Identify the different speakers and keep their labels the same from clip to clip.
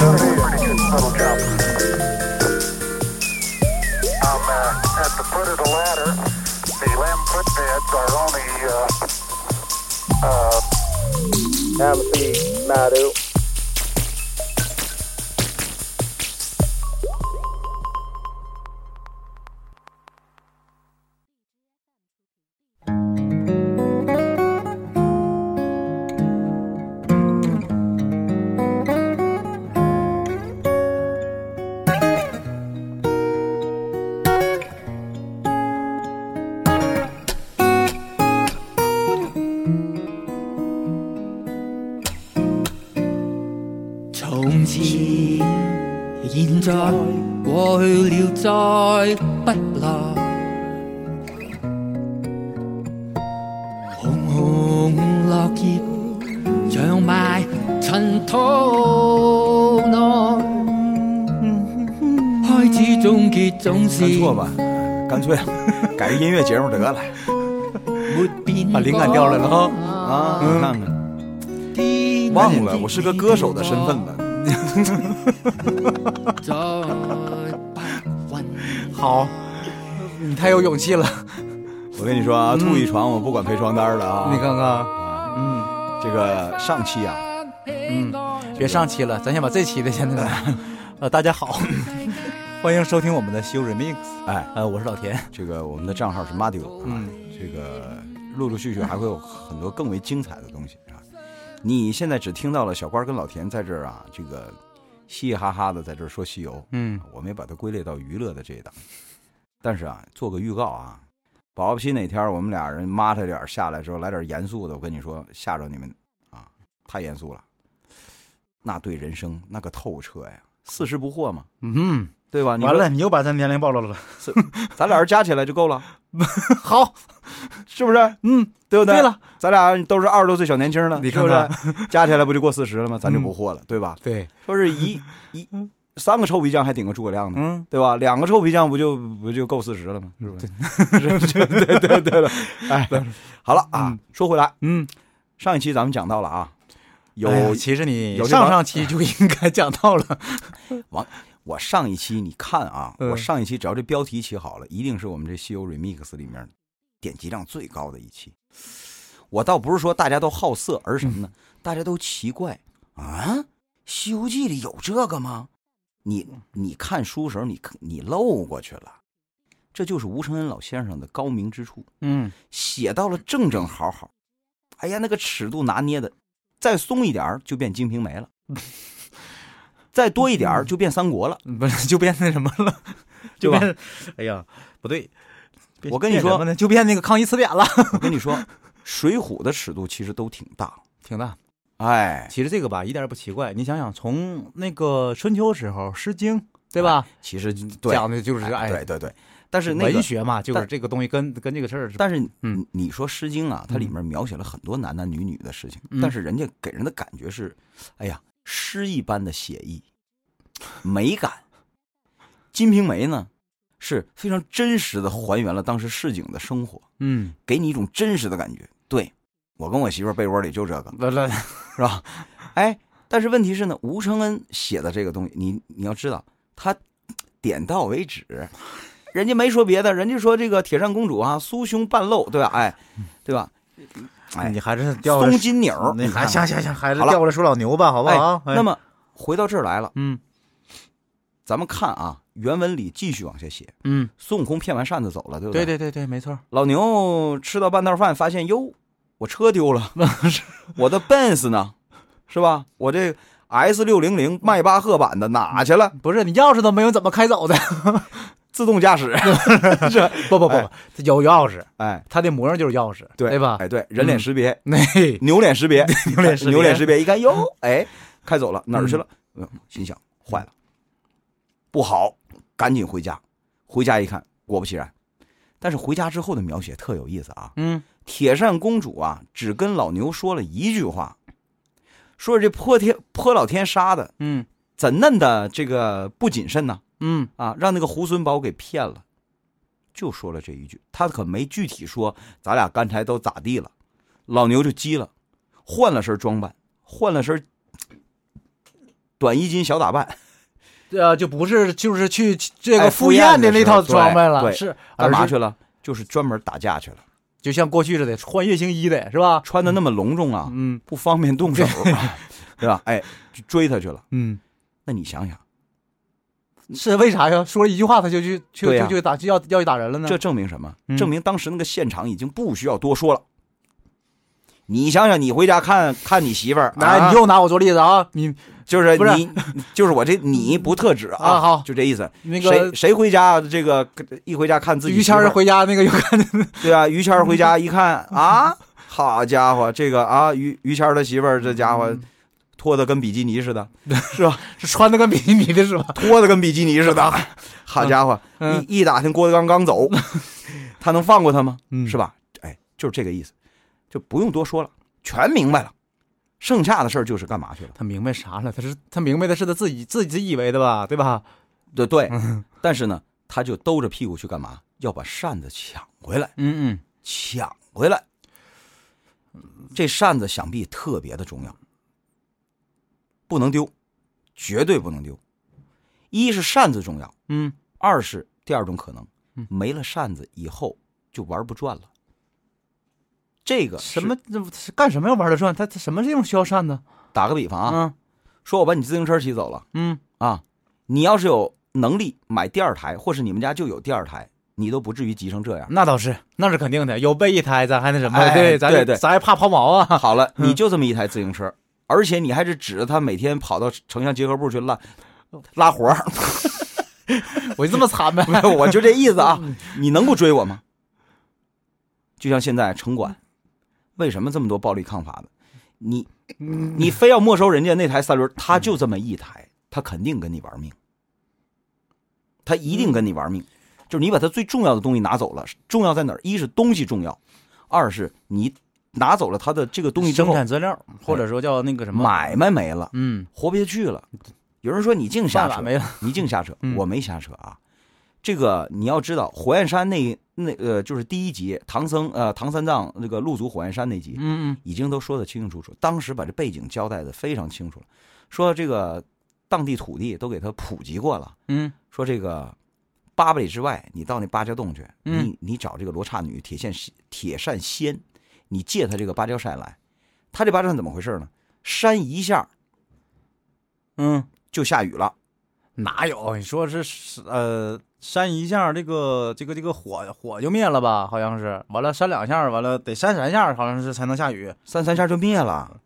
Speaker 1: uh, input bits are only, uh, uh, Amity Madu.
Speaker 2: 从前、現在、過去了，再不來。紅紅落葉長埋塵土內，開始終結總是
Speaker 3: 干错吧，干 脆改个音乐节目得 了，
Speaker 2: 沒變
Speaker 3: 把灵感调来了哈啊
Speaker 4: 你看看。
Speaker 2: 天
Speaker 3: 忘了我是个歌手的身份呢。
Speaker 2: 再不還
Speaker 4: 好，
Speaker 3: 嗯
Speaker 4: 你太有勇气了，
Speaker 3: 我跟你说啊，吐一床我不管赔床单了啊。
Speaker 4: 你看看，嗯，
Speaker 3: 这个上期啊，
Speaker 4: 别上期了，咱先把这期的先那个。 呃，大家好， 欢迎收听我们的修 remix。
Speaker 3: 哎，
Speaker 4: 呃，我是老田。
Speaker 3: 这个我们的账号是 Madio 啊，
Speaker 4: 嗯
Speaker 3: 这个陆陆续续还会有很多更为精彩的东西啊。你现在只听到了小官跟老田在这儿啊，这个嘻嘻哈哈的在这儿说西游，
Speaker 4: 嗯，
Speaker 3: 我没把它归类到娱乐的这一档。但是啊，做个预告啊，保不齐哪天我们俩人抹着点儿下来之后，来点严肃的，我跟你说，吓着你们啊，太严肃了，那对人生那个透彻呀，四十不惑嘛，
Speaker 4: 嗯，
Speaker 3: 对吧？你
Speaker 5: 完
Speaker 3: 说
Speaker 5: 了，你又把他年龄暴露了。
Speaker 3: 咱俩人加起来就够了，
Speaker 4: 好，
Speaker 3: 是不是？
Speaker 4: 嗯，
Speaker 3: 对不对？
Speaker 4: 对了，
Speaker 3: 咱俩都是二十多岁小年轻呢，
Speaker 4: 你
Speaker 3: 是
Speaker 4: 看
Speaker 3: 不
Speaker 4: 看嗯
Speaker 3: 是？ 加起来不就过四十了吗？咱就不惑了，对吧？
Speaker 4: 对，
Speaker 3: 说是一一三个臭皮匠还顶个诸葛亮呢，
Speaker 4: 嗯，
Speaker 3: 对吧？两个臭皮匠不就不就够四十了吗？是 不是？
Speaker 4: 对对对了， 哎，
Speaker 3: 好了啊，说回来，
Speaker 4: 嗯，
Speaker 3: 上一期咱们讲到了啊，有、
Speaker 4: 哎呀其实你
Speaker 3: 有这帮
Speaker 4: 上上期就应该讲到了，
Speaker 3: 我上一期你看啊，
Speaker 4: 嗯
Speaker 3: 我上一期只要这标题起好了，一定是我们这西游 remix 里面点击量最高的一期。我倒不是说大家都好色，而是什么呢？大家都奇怪啊，《西游记》里有这个吗？你你看书时候你你漏过去了，这就是吴承恩老先生的高明之处。
Speaker 4: 嗯，
Speaker 3: 写到了正正好好，哎呀，那个尺度拿捏的，再松一点儿就变《金瓶梅》了，再多一点儿就变《三国》了。
Speaker 4: 嗯不是就变那什么了，
Speaker 3: 对
Speaker 4: 就
Speaker 3: 吧
Speaker 4: 变，哎呀，不对，变
Speaker 3: 我跟你说
Speaker 4: 变什么呢，就变那个抗疫词典了，
Speaker 3: 我跟你说，《水浒》的尺度其实都挺大，
Speaker 4: 挺大。
Speaker 3: 哎，
Speaker 4: 其实这个吧，一点也不奇怪。你想想，从那个春秋时候，《诗经》对吧，
Speaker 3: 其实
Speaker 4: 嗯
Speaker 3: 对，
Speaker 4: 讲的就是啊哎，
Speaker 3: 对对对，但是那个
Speaker 4: 文，学嘛，就是
Speaker 3: 但
Speaker 4: 这个东西跟跟这个事儿是，
Speaker 3: 但是
Speaker 4: 嗯
Speaker 3: 你你说《诗经》啊，它里面描写了很多男男女女的事情，
Speaker 4: 嗯
Speaker 3: 但是人家给人的感觉是，哎呀，诗一般的写意，美感。《金瓶梅》呢，是非常真实的还原了当时市井的生活。
Speaker 4: 嗯，
Speaker 3: 给你一种真实的感觉。对我跟我媳妇儿被窝里就这个，
Speaker 4: 来来，
Speaker 3: 是吧？哎，但是问题是呢，吴承恩写的这个东西，你你要知道，他点到为止，人家没说别的，人家说这个铁扇公主啊，酥胸半露，对吧？哎，对吧？哎
Speaker 5: 你，还是掉
Speaker 3: 松金钮儿，
Speaker 5: 你还
Speaker 3: 看
Speaker 5: 行行行，还是
Speaker 3: 好了
Speaker 5: 掉过来说老牛吧，好不好？
Speaker 3: 哎那么回到这儿来了，
Speaker 4: 嗯
Speaker 3: 咱们看啊，原文里继续往下写，
Speaker 4: 嗯，
Speaker 3: 孙悟空骗完扇子走了，对不
Speaker 4: 对
Speaker 3: 对
Speaker 4: 对对对，没错，
Speaker 3: 老牛吃到半道饭，发现哟，我车丢了，我的 Benz 呢？是吧？我这 S 六零零迈巴赫版的哪去了？
Speaker 4: 不是你钥匙都没有，怎么开走的？
Speaker 3: 自动驾 驶，是
Speaker 4: 不不不
Speaker 3: 哎，
Speaker 4: 有钥匙，
Speaker 3: 哎，
Speaker 4: 它的模样就是钥匙，
Speaker 3: 对
Speaker 4: 对吧？
Speaker 3: 哎，对，人脸识别、
Speaker 4: 那
Speaker 3: 牛脸识别、
Speaker 4: 牛脸识别
Speaker 3: 牛脸识别，一看 哟，哎，开走了，哪儿去了？嗯心想坏了，不好，赶紧回家。回家一看，果不其然。但是回家之后的描写特有意思啊，
Speaker 4: 嗯，
Speaker 3: 铁扇公主啊，只跟老牛说了一句话，说这泼天泼老天杀的，
Speaker 4: 嗯
Speaker 3: 怎嫩的这个不谨慎呢、
Speaker 4: 嗯
Speaker 3: 啊？让那个猢狲把我给骗了，就说了这一句，他可没具体说咱俩刚才都咋地了。老牛就急了，换了身装扮，换了身短衣襟小打扮，
Speaker 4: 呃，就不是就是去这
Speaker 3: 哎
Speaker 4: 个
Speaker 3: 赴
Speaker 4: 赴
Speaker 3: 宴
Speaker 4: 宴
Speaker 3: 的
Speaker 4: 的
Speaker 3: 时
Speaker 4: 那
Speaker 3: 候
Speaker 4: 套
Speaker 3: 对
Speaker 4: 装扮了，
Speaker 3: 对
Speaker 4: 是
Speaker 3: 干嘛
Speaker 4: 而是
Speaker 3: 去了？就是专门打架去了，
Speaker 4: 就像过去似的穿越行衣的是吧？
Speaker 3: 穿的那么隆重啊，
Speaker 4: 嗯
Speaker 3: 不方便动手，对吧？哎，就追他去了。
Speaker 4: 嗯，
Speaker 3: 那你想想，
Speaker 4: 是为啥呀？说了一句话他就去去
Speaker 3: 对呀
Speaker 4: 就就打就要要去打人了呢？
Speaker 3: 这证明什么？
Speaker 4: 嗯
Speaker 3: 证明当时那个现场已经不需要多说了。你想想，你回家看看你媳妇儿，
Speaker 4: 来，
Speaker 3: 啊
Speaker 4: 你又拿我做例子啊！你
Speaker 3: 就是
Speaker 4: 不是
Speaker 3: 你，就是我这你不特指
Speaker 4: 啊好
Speaker 3: 就这意思。
Speaker 4: 那
Speaker 3: 谁
Speaker 4: 个
Speaker 3: 谁回家这个一回家看自己
Speaker 4: 于谦
Speaker 3: 媳
Speaker 4: 儿
Speaker 3: 妇儿
Speaker 4: 回家那个又看
Speaker 3: 对啊，于谦儿回家一看啊，好家伙，这个啊于于谦儿的媳妇儿这家
Speaker 4: 嗯
Speaker 3: 伙脱的跟比基尼似的，
Speaker 4: 是穿的跟比基尼的是吧？
Speaker 3: 脱的跟比基尼 似的，好家伙，
Speaker 4: 嗯
Speaker 3: 一一打听郭德纲刚 走，他能放过他吗？
Speaker 4: 嗯
Speaker 3: 是吧？哎，就是这个意思，就不用多说了，全明白了。剩下的事儿就是干嘛去了？
Speaker 4: 他明白啥了？他是他明白的是他自己自己自以为的吧？对吧？
Speaker 3: 对对，
Speaker 4: 嗯
Speaker 3: 但是呢，他就兜着屁股去干嘛？要把扇子抢回来，
Speaker 4: 嗯嗯，
Speaker 3: 抢回来。这扇子想必特别的重要，不能丢，绝对不能丢。一是扇子重要，
Speaker 4: 嗯，
Speaker 3: 二是第二种可能
Speaker 4: 嗯，
Speaker 3: 没了扇子以后就玩不转了。这个是
Speaker 4: 什么？这是干什么要玩的转？他他什么地方需要扇子
Speaker 3: 打个比方啊，
Speaker 4: 啊？
Speaker 3: 说我把你自行车骑走了
Speaker 4: 嗯
Speaker 3: 啊，你要是有能力买第二台，或是你们家就有第二台，你都不至于急成这样。
Speaker 4: 那倒是，那是肯定的。有备一胎，咱还那什么？
Speaker 3: 哎
Speaker 4: 对，咱
Speaker 3: 对对
Speaker 4: 咱还怕抛锚 啊？
Speaker 3: 好了，你就这么一台自行车，而且你还是指着它每天跑到城乡结合部去拉拉活儿，
Speaker 4: 我就这么惨 呗？
Speaker 3: 我就这意思啊，
Speaker 4: 嗯
Speaker 3: 你能不追我吗？就像现在城管，为什么这么多暴力抗法的？你
Speaker 4: 嗯
Speaker 3: 你非要没收人家那台三轮，他就这么一台，他肯定跟你玩命，他一定跟你玩命，就是你把他最重要的东西拿走了，重要在哪儿？一是东西重要，二是你拿走了他的这个东西之
Speaker 4: 生
Speaker 3: 后，
Speaker 4: 产资料，或者说叫那个什么？
Speaker 3: 买卖没了。
Speaker 4: 嗯，
Speaker 3: 活不下去了。有人说你净
Speaker 4: 下
Speaker 3: 瞎
Speaker 4: 拉
Speaker 3: 扯，
Speaker 4: 没了。
Speaker 3: 你净瞎扯，
Speaker 4: 嗯
Speaker 3: 我没瞎扯啊。这个你要知道，火焰山那那呃，就是第一集唐僧呃唐三藏那个路足火焰山那集，
Speaker 4: 嗯嗯，
Speaker 3: 已经都说的清清楚楚，当时把这背景交代的非常清楚了，说这个当地土地都给他普及过了，
Speaker 4: 嗯，
Speaker 3: 说这个八百里之外，你到那芭蕉洞去，
Speaker 4: 嗯
Speaker 3: 你你找这个罗刹女铁线铁扇仙，你借她这个芭蕉扇来，她这芭蕉扇怎么回事呢？扇一下
Speaker 4: 嗯，
Speaker 3: 就下雨了。
Speaker 4: 哪有？你说是是呃，扇一下这个这个这个火火就灭了吧？好像是，完了扇两下，完了得扇三下，好像是才能下雨，
Speaker 3: 三三下就灭了，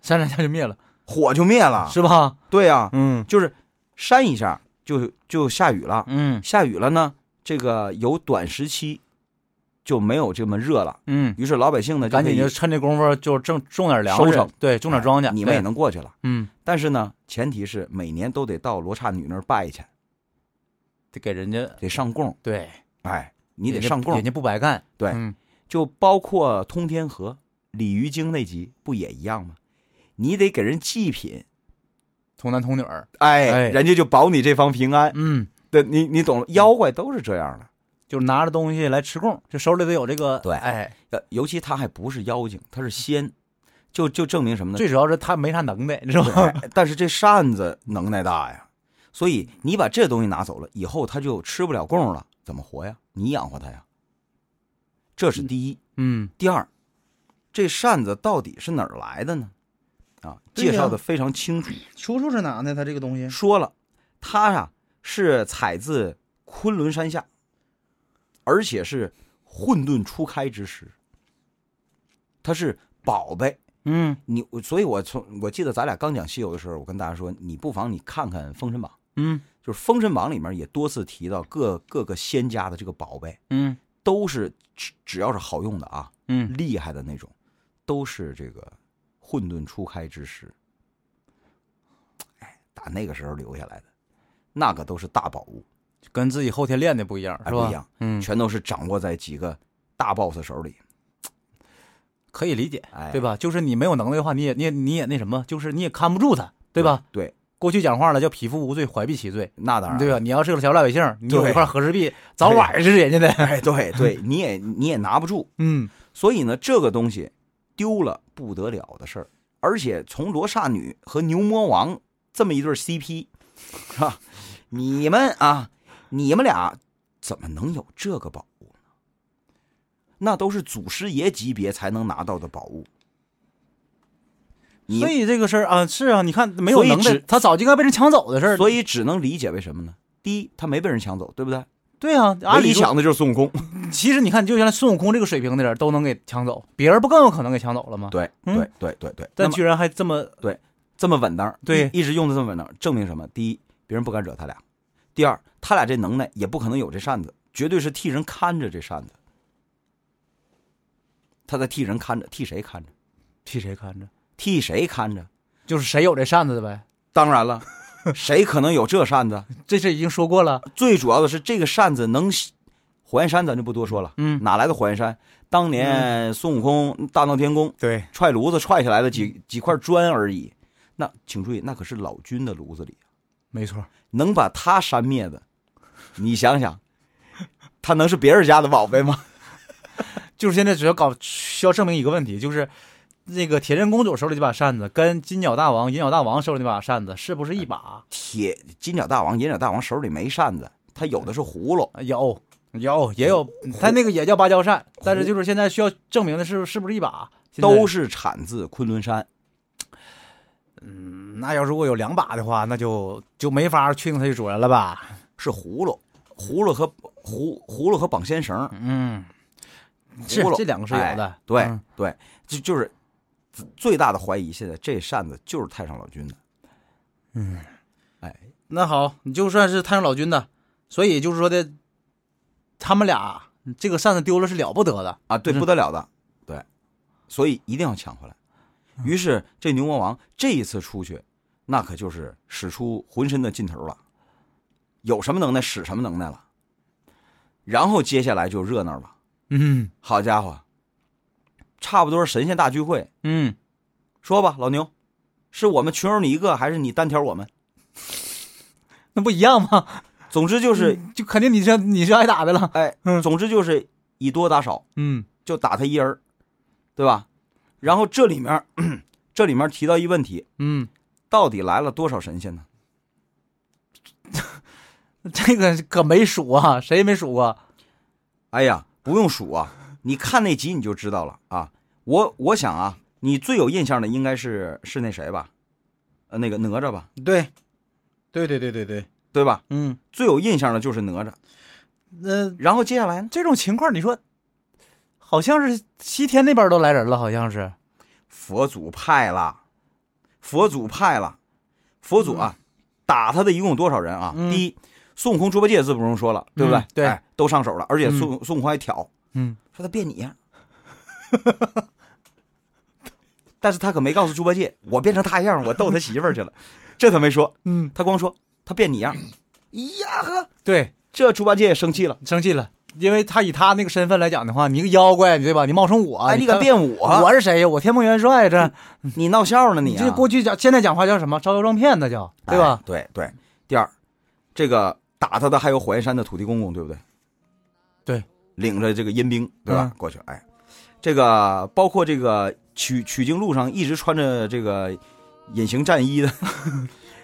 Speaker 4: 扇三下就灭了，
Speaker 3: 火就灭了。
Speaker 4: 是吧？
Speaker 3: 对呀、
Speaker 4: 嗯
Speaker 3: 就是扇一下就就下雨了，
Speaker 4: 嗯
Speaker 3: 下雨了呢，这个有短时期就没有这么热了，
Speaker 4: 嗯，
Speaker 3: 于是老百姓呢
Speaker 4: 赶紧
Speaker 3: 就
Speaker 4: 就
Speaker 3: 可以
Speaker 4: 趁这功夫就种种点粮
Speaker 3: 收
Speaker 4: 食
Speaker 3: 成，
Speaker 4: 对，种点庄稼。
Speaker 3: 你们也
Speaker 4: 对
Speaker 3: 能过去了。
Speaker 4: 嗯，
Speaker 3: 但是呢，前提是每年都得到罗刹女那儿拜去，
Speaker 4: 得给人家
Speaker 3: 得上供，
Speaker 4: 对，
Speaker 3: 哎，你得
Speaker 4: 人家
Speaker 3: 上供
Speaker 4: 人。家不白干。
Speaker 3: 对
Speaker 4: 嗯
Speaker 3: 就包括通天河鲤鱼精那集不也一样吗？你得给人祭品，
Speaker 4: 童男童女儿，
Speaker 3: 哎，
Speaker 4: 哎
Speaker 3: 人家就保你这方平安。
Speaker 4: 嗯，
Speaker 3: 对，你你懂了，妖怪都是这样的。
Speaker 4: 就拿着东西来吃供，就手里得有这个。
Speaker 3: 对
Speaker 4: 哎，
Speaker 3: 呃，尤其他还不是妖精，他是仙，就就证明什么呢？
Speaker 4: 最主要是他没啥能耐，你知道吧？
Speaker 3: 对哎但是这扇子能耐大呀，所以你把这东西拿走了以后，他就吃不了供了，怎么活呀？你养活他呀？这是第一。
Speaker 4: 嗯，
Speaker 3: 第二，这扇子到底是哪儿来的呢？啊，
Speaker 4: 对呀
Speaker 3: 介绍的非常清楚，
Speaker 4: 出处是哪呢？他这个东西，
Speaker 3: 说了，它呀、是采自昆仑山下，而且是混沌初开之时，它是宝贝。
Speaker 4: 嗯
Speaker 3: 你我，所以我从我记得咱俩刚讲西游的时候，我跟大家说，你不妨你看看《封神榜》，
Speaker 4: 嗯
Speaker 3: 就是《封神榜》里面也多次提到各各个仙家的这个宝贝，
Speaker 4: 嗯
Speaker 3: 都是只只要是好用的啊，
Speaker 4: 嗯，
Speaker 3: 厉害的那种，都是这个混沌初开之时，哎，打那个时候留下来的，那个都是大宝物，
Speaker 4: 跟自己后天练的不一样，
Speaker 3: 哎
Speaker 4: 是吧？
Speaker 3: 不一样，
Speaker 4: 嗯，
Speaker 3: 全都是掌握在几个大 boss 手里，
Speaker 4: 可以理解，
Speaker 3: 哎，
Speaker 4: 对？吧？就是你没有能耐的话，你也你也你也那什么，就是你也看不住他，对吧？？
Speaker 3: 对，
Speaker 4: 过去讲话了，叫匹夫无罪，怀璧其罪。
Speaker 3: 那当然，
Speaker 4: 对吧？你要是个小老百姓，你有
Speaker 3: 对
Speaker 4: 一块和氏璧，早晚是人家的。
Speaker 3: 哎，对对，你也你也拿不住，
Speaker 4: 嗯
Speaker 3: 所以呢，这个东西丢了不得了的事儿，而且从罗刹女和牛魔王这么一对儿 CP，是吧？你们啊，你们俩怎么能有这个宝物呢？那都是祖师爷级别才能拿到的宝物。你
Speaker 4: 所以这个事儿啊，是啊，你看没有
Speaker 3: 所以
Speaker 4: 能耐
Speaker 3: 只，
Speaker 4: 他早就应该被人抢走的事儿。
Speaker 3: 所以只能理解为什么呢？第一，他没被人抢走，对不对？
Speaker 4: 对啊，按
Speaker 3: 唯
Speaker 4: 理
Speaker 3: 一
Speaker 4: 说
Speaker 3: 抢的就是孙悟 空。
Speaker 4: 其实你看，就原来孙悟空这个水平的人都能给抢走，别人不更有可能给抢走了吗？，
Speaker 3: 对
Speaker 4: 嗯
Speaker 3: 对对对对，那
Speaker 4: 但
Speaker 3: 么
Speaker 4: 居然还这么
Speaker 3: 这么稳当，
Speaker 4: 对
Speaker 3: 一一直用的这么稳当，证明什么？第一，别人不敢惹他俩；第二，他俩这能耐也不可能有这扇子，绝对是替人看着这扇子。他在替人看着，替谁看着？
Speaker 4: 替谁看着？
Speaker 3: 替谁看着？
Speaker 4: 就是谁有这扇子的呗。
Speaker 3: 当然了， 谁可能有这扇子？
Speaker 4: 这是已经说过了，
Speaker 3: 最主要的是，这个扇子能吸火焰山，咱就不多说了。
Speaker 4: 嗯
Speaker 3: 哪来的火焰山？当年孙悟空大闹天宫，
Speaker 5: 对，
Speaker 3: 踹炉子踹下来的几几块砖而已。那请注意，那可是老君的炉子里。
Speaker 4: 没错，
Speaker 3: 能把他扇灭的，你想想， 他能是别人家的宝贝吗？
Speaker 4: 就是现在只要搞需要证明一个问题，就是那个铁扇公主手里这把扇子跟金角大王、银角大王手里那把扇子是不是一把？
Speaker 3: 铁金角大王、银角大王手里没扇子，他有的是葫芦。
Speaker 4: 啊嗯有有也有，他那个也叫芭蕉扇，但是就是现在需要证明的是是不是一把？现在
Speaker 3: 都是产自昆仑山，
Speaker 4: 嗯那要如果有两把的话，那就就没法确定它是主人了吧？
Speaker 3: 是葫芦，葫芦和葫葫芦和绑线绳，
Speaker 4: 嗯，是
Speaker 3: 葫芦
Speaker 4: 这两个是有的，
Speaker 3: 哎对、
Speaker 4: 嗯
Speaker 3: 对，就就是最大的怀疑，现在这扇子就是太上老君的。
Speaker 4: 那好，你就算是太上老君的，所以就是说的，他们俩这个扇子丢了是了不得的。
Speaker 3: 啊，对，
Speaker 4: 嗯
Speaker 3: 不得了的，对，所以一定要抢回来。
Speaker 4: 嗯
Speaker 3: 于是这牛魔王这一次出去，那可就是使出浑身的劲头了，有什么能耐使什么能耐了。然后接下来就热闹了，
Speaker 4: 嗯
Speaker 3: 好家伙，差不多神仙大聚会，
Speaker 4: 嗯，
Speaker 3: 说吧，老牛，是我们群殴你一个，还是你单挑我们？
Speaker 4: 那不一样吗？
Speaker 3: 总之就是，
Speaker 4: 嗯就肯定你是你是挨打的了。
Speaker 3: 哎，
Speaker 4: 嗯
Speaker 3: 总之就是以多打少，
Speaker 4: 嗯
Speaker 3: 就打他一人儿，对吧？然后这里面儿， 这里面儿提到一问题，
Speaker 4: 嗯，
Speaker 3: 到底来了多少神仙呢？
Speaker 4: 这个可没数啊，谁也没数过。
Speaker 3: 哎呀，不用数啊，你看那集你就知道了啊。我我想啊，你最有印象的应该是是那谁吧，呃，那个哪吒吧，
Speaker 4: 对，
Speaker 5: 对对对对对，
Speaker 3: 对吧？
Speaker 4: 嗯，
Speaker 3: 最有印象的就是哪吒。
Speaker 4: 那
Speaker 3: 然后接下来呢，
Speaker 4: 这种情况，你说好像是西天那边都来人了，好像是。
Speaker 3: 佛祖派了，佛祖派了，佛祖啊，打他的一共有多少人啊？
Speaker 4: 嗯
Speaker 3: 第一，孙悟空、猪八戒这不用说了，对不对？
Speaker 4: 嗯对
Speaker 3: 哎都上手了，而且孙、孙悟空还挑
Speaker 4: 嗯，
Speaker 3: 说他变你啊样。 但是他可没告诉猪八戒，我变成他样，我逗他媳妇儿去了，这他没说，
Speaker 4: 嗯，
Speaker 3: 他光说他变你样。咿呀呵，
Speaker 4: 对，
Speaker 3: 这猪八戒也生气了，
Speaker 4: 生气了，因为他以他那个身份来讲的话，你个妖怪，你对吧？你冒充我，
Speaker 3: 哎，你敢
Speaker 4: 看
Speaker 3: 变我？
Speaker 4: 我是嗯谁呀？我天蓬元帅这。
Speaker 3: 你闹笑呢你、啊？
Speaker 4: 这过去讲现在讲话叫什么？招摇撞骗，那叫对吧
Speaker 3: 哎？对对。第二，这个打他的还有火焰山的土地公公，对不对？
Speaker 4: 对，嗯
Speaker 3: 领着这个阴兵，对吧？过去，哎，这个包括这个取取经路上一直穿着这个隐形战衣的，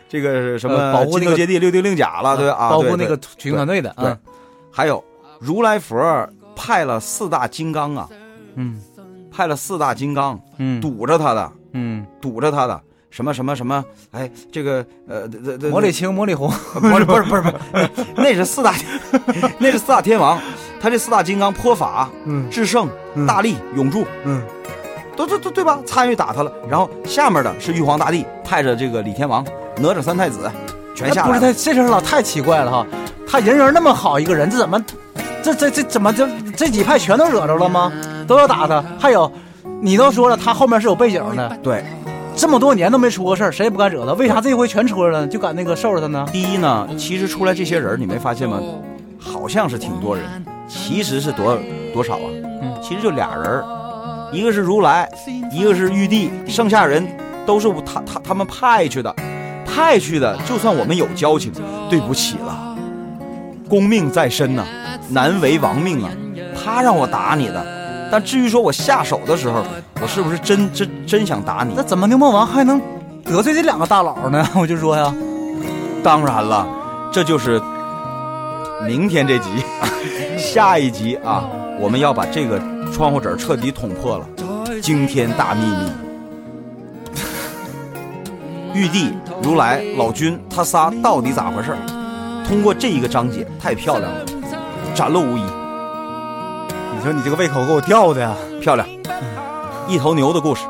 Speaker 3: 这个是什么、
Speaker 4: 呃保护那
Speaker 3: 金
Speaker 4: 个
Speaker 3: 头接地六丁令甲了，对啊，
Speaker 4: 包括
Speaker 3: 对
Speaker 4: 那个
Speaker 3: 对
Speaker 4: 群团队的
Speaker 3: 对
Speaker 4: 啊，
Speaker 3: 还有如来佛派了四大金刚啊，
Speaker 4: 嗯
Speaker 3: 派了四大金刚
Speaker 4: 嗯
Speaker 3: 堵着他的，
Speaker 4: 嗯，
Speaker 3: 堵着他的。什么什么什么？哎，这个呃，这这这
Speaker 4: 魔里青魔里红，
Speaker 3: 不 是不是不是不是， 那是四大，那是四大天王，他这四大金刚泼法、
Speaker 4: 嗯
Speaker 3: 至圣、
Speaker 4: 嗯
Speaker 3: 大力、永驻，
Speaker 4: 嗯，
Speaker 3: 都都都对吧？参与打他了。然后下面的是玉皇大帝，派着这个李天王、哪吒三太子，全下
Speaker 4: 哎不
Speaker 3: 来了。
Speaker 4: 是他这事儿老太奇怪了哈，他人缘那么好一个人，这怎么这这这怎么这这几派全都惹着了吗？都要打他，还有你都说了，他后面是有背景的，
Speaker 3: 对，
Speaker 4: 这么多年都没出过事儿，谁也不敢惹他，为啥这回全出来了，就敢那个受着他呢？
Speaker 3: 第一呢，其实出来这些人儿，你没发现吗？好像是挺多人，其实是多多少啊？
Speaker 4: 嗯
Speaker 3: 其实就俩人儿，一个是如来，一个是玉帝，
Speaker 4: 嗯
Speaker 3: 剩下人都是他他他们派去的，派去的。就算我们有交情，对不起了，功命在身呐、难为王命啊。他让我打你的，但至于说我下手的时候，我是不是真真真想打你
Speaker 4: 那？怎么牛魔王还能得罪这两个大佬呢？ 我就说呀，
Speaker 3: 当然 了，这就是明天这集，下一集啊，我们要把这个窗户纸儿彻底捅破了，惊天大秘密。玉帝、如来、老君他仨到底咋回事儿？通过这一个章节，太漂亮了，展露无遗，
Speaker 4: 你说你这个胃口给我吊的呀！
Speaker 3: 漂亮。一头牛的故事，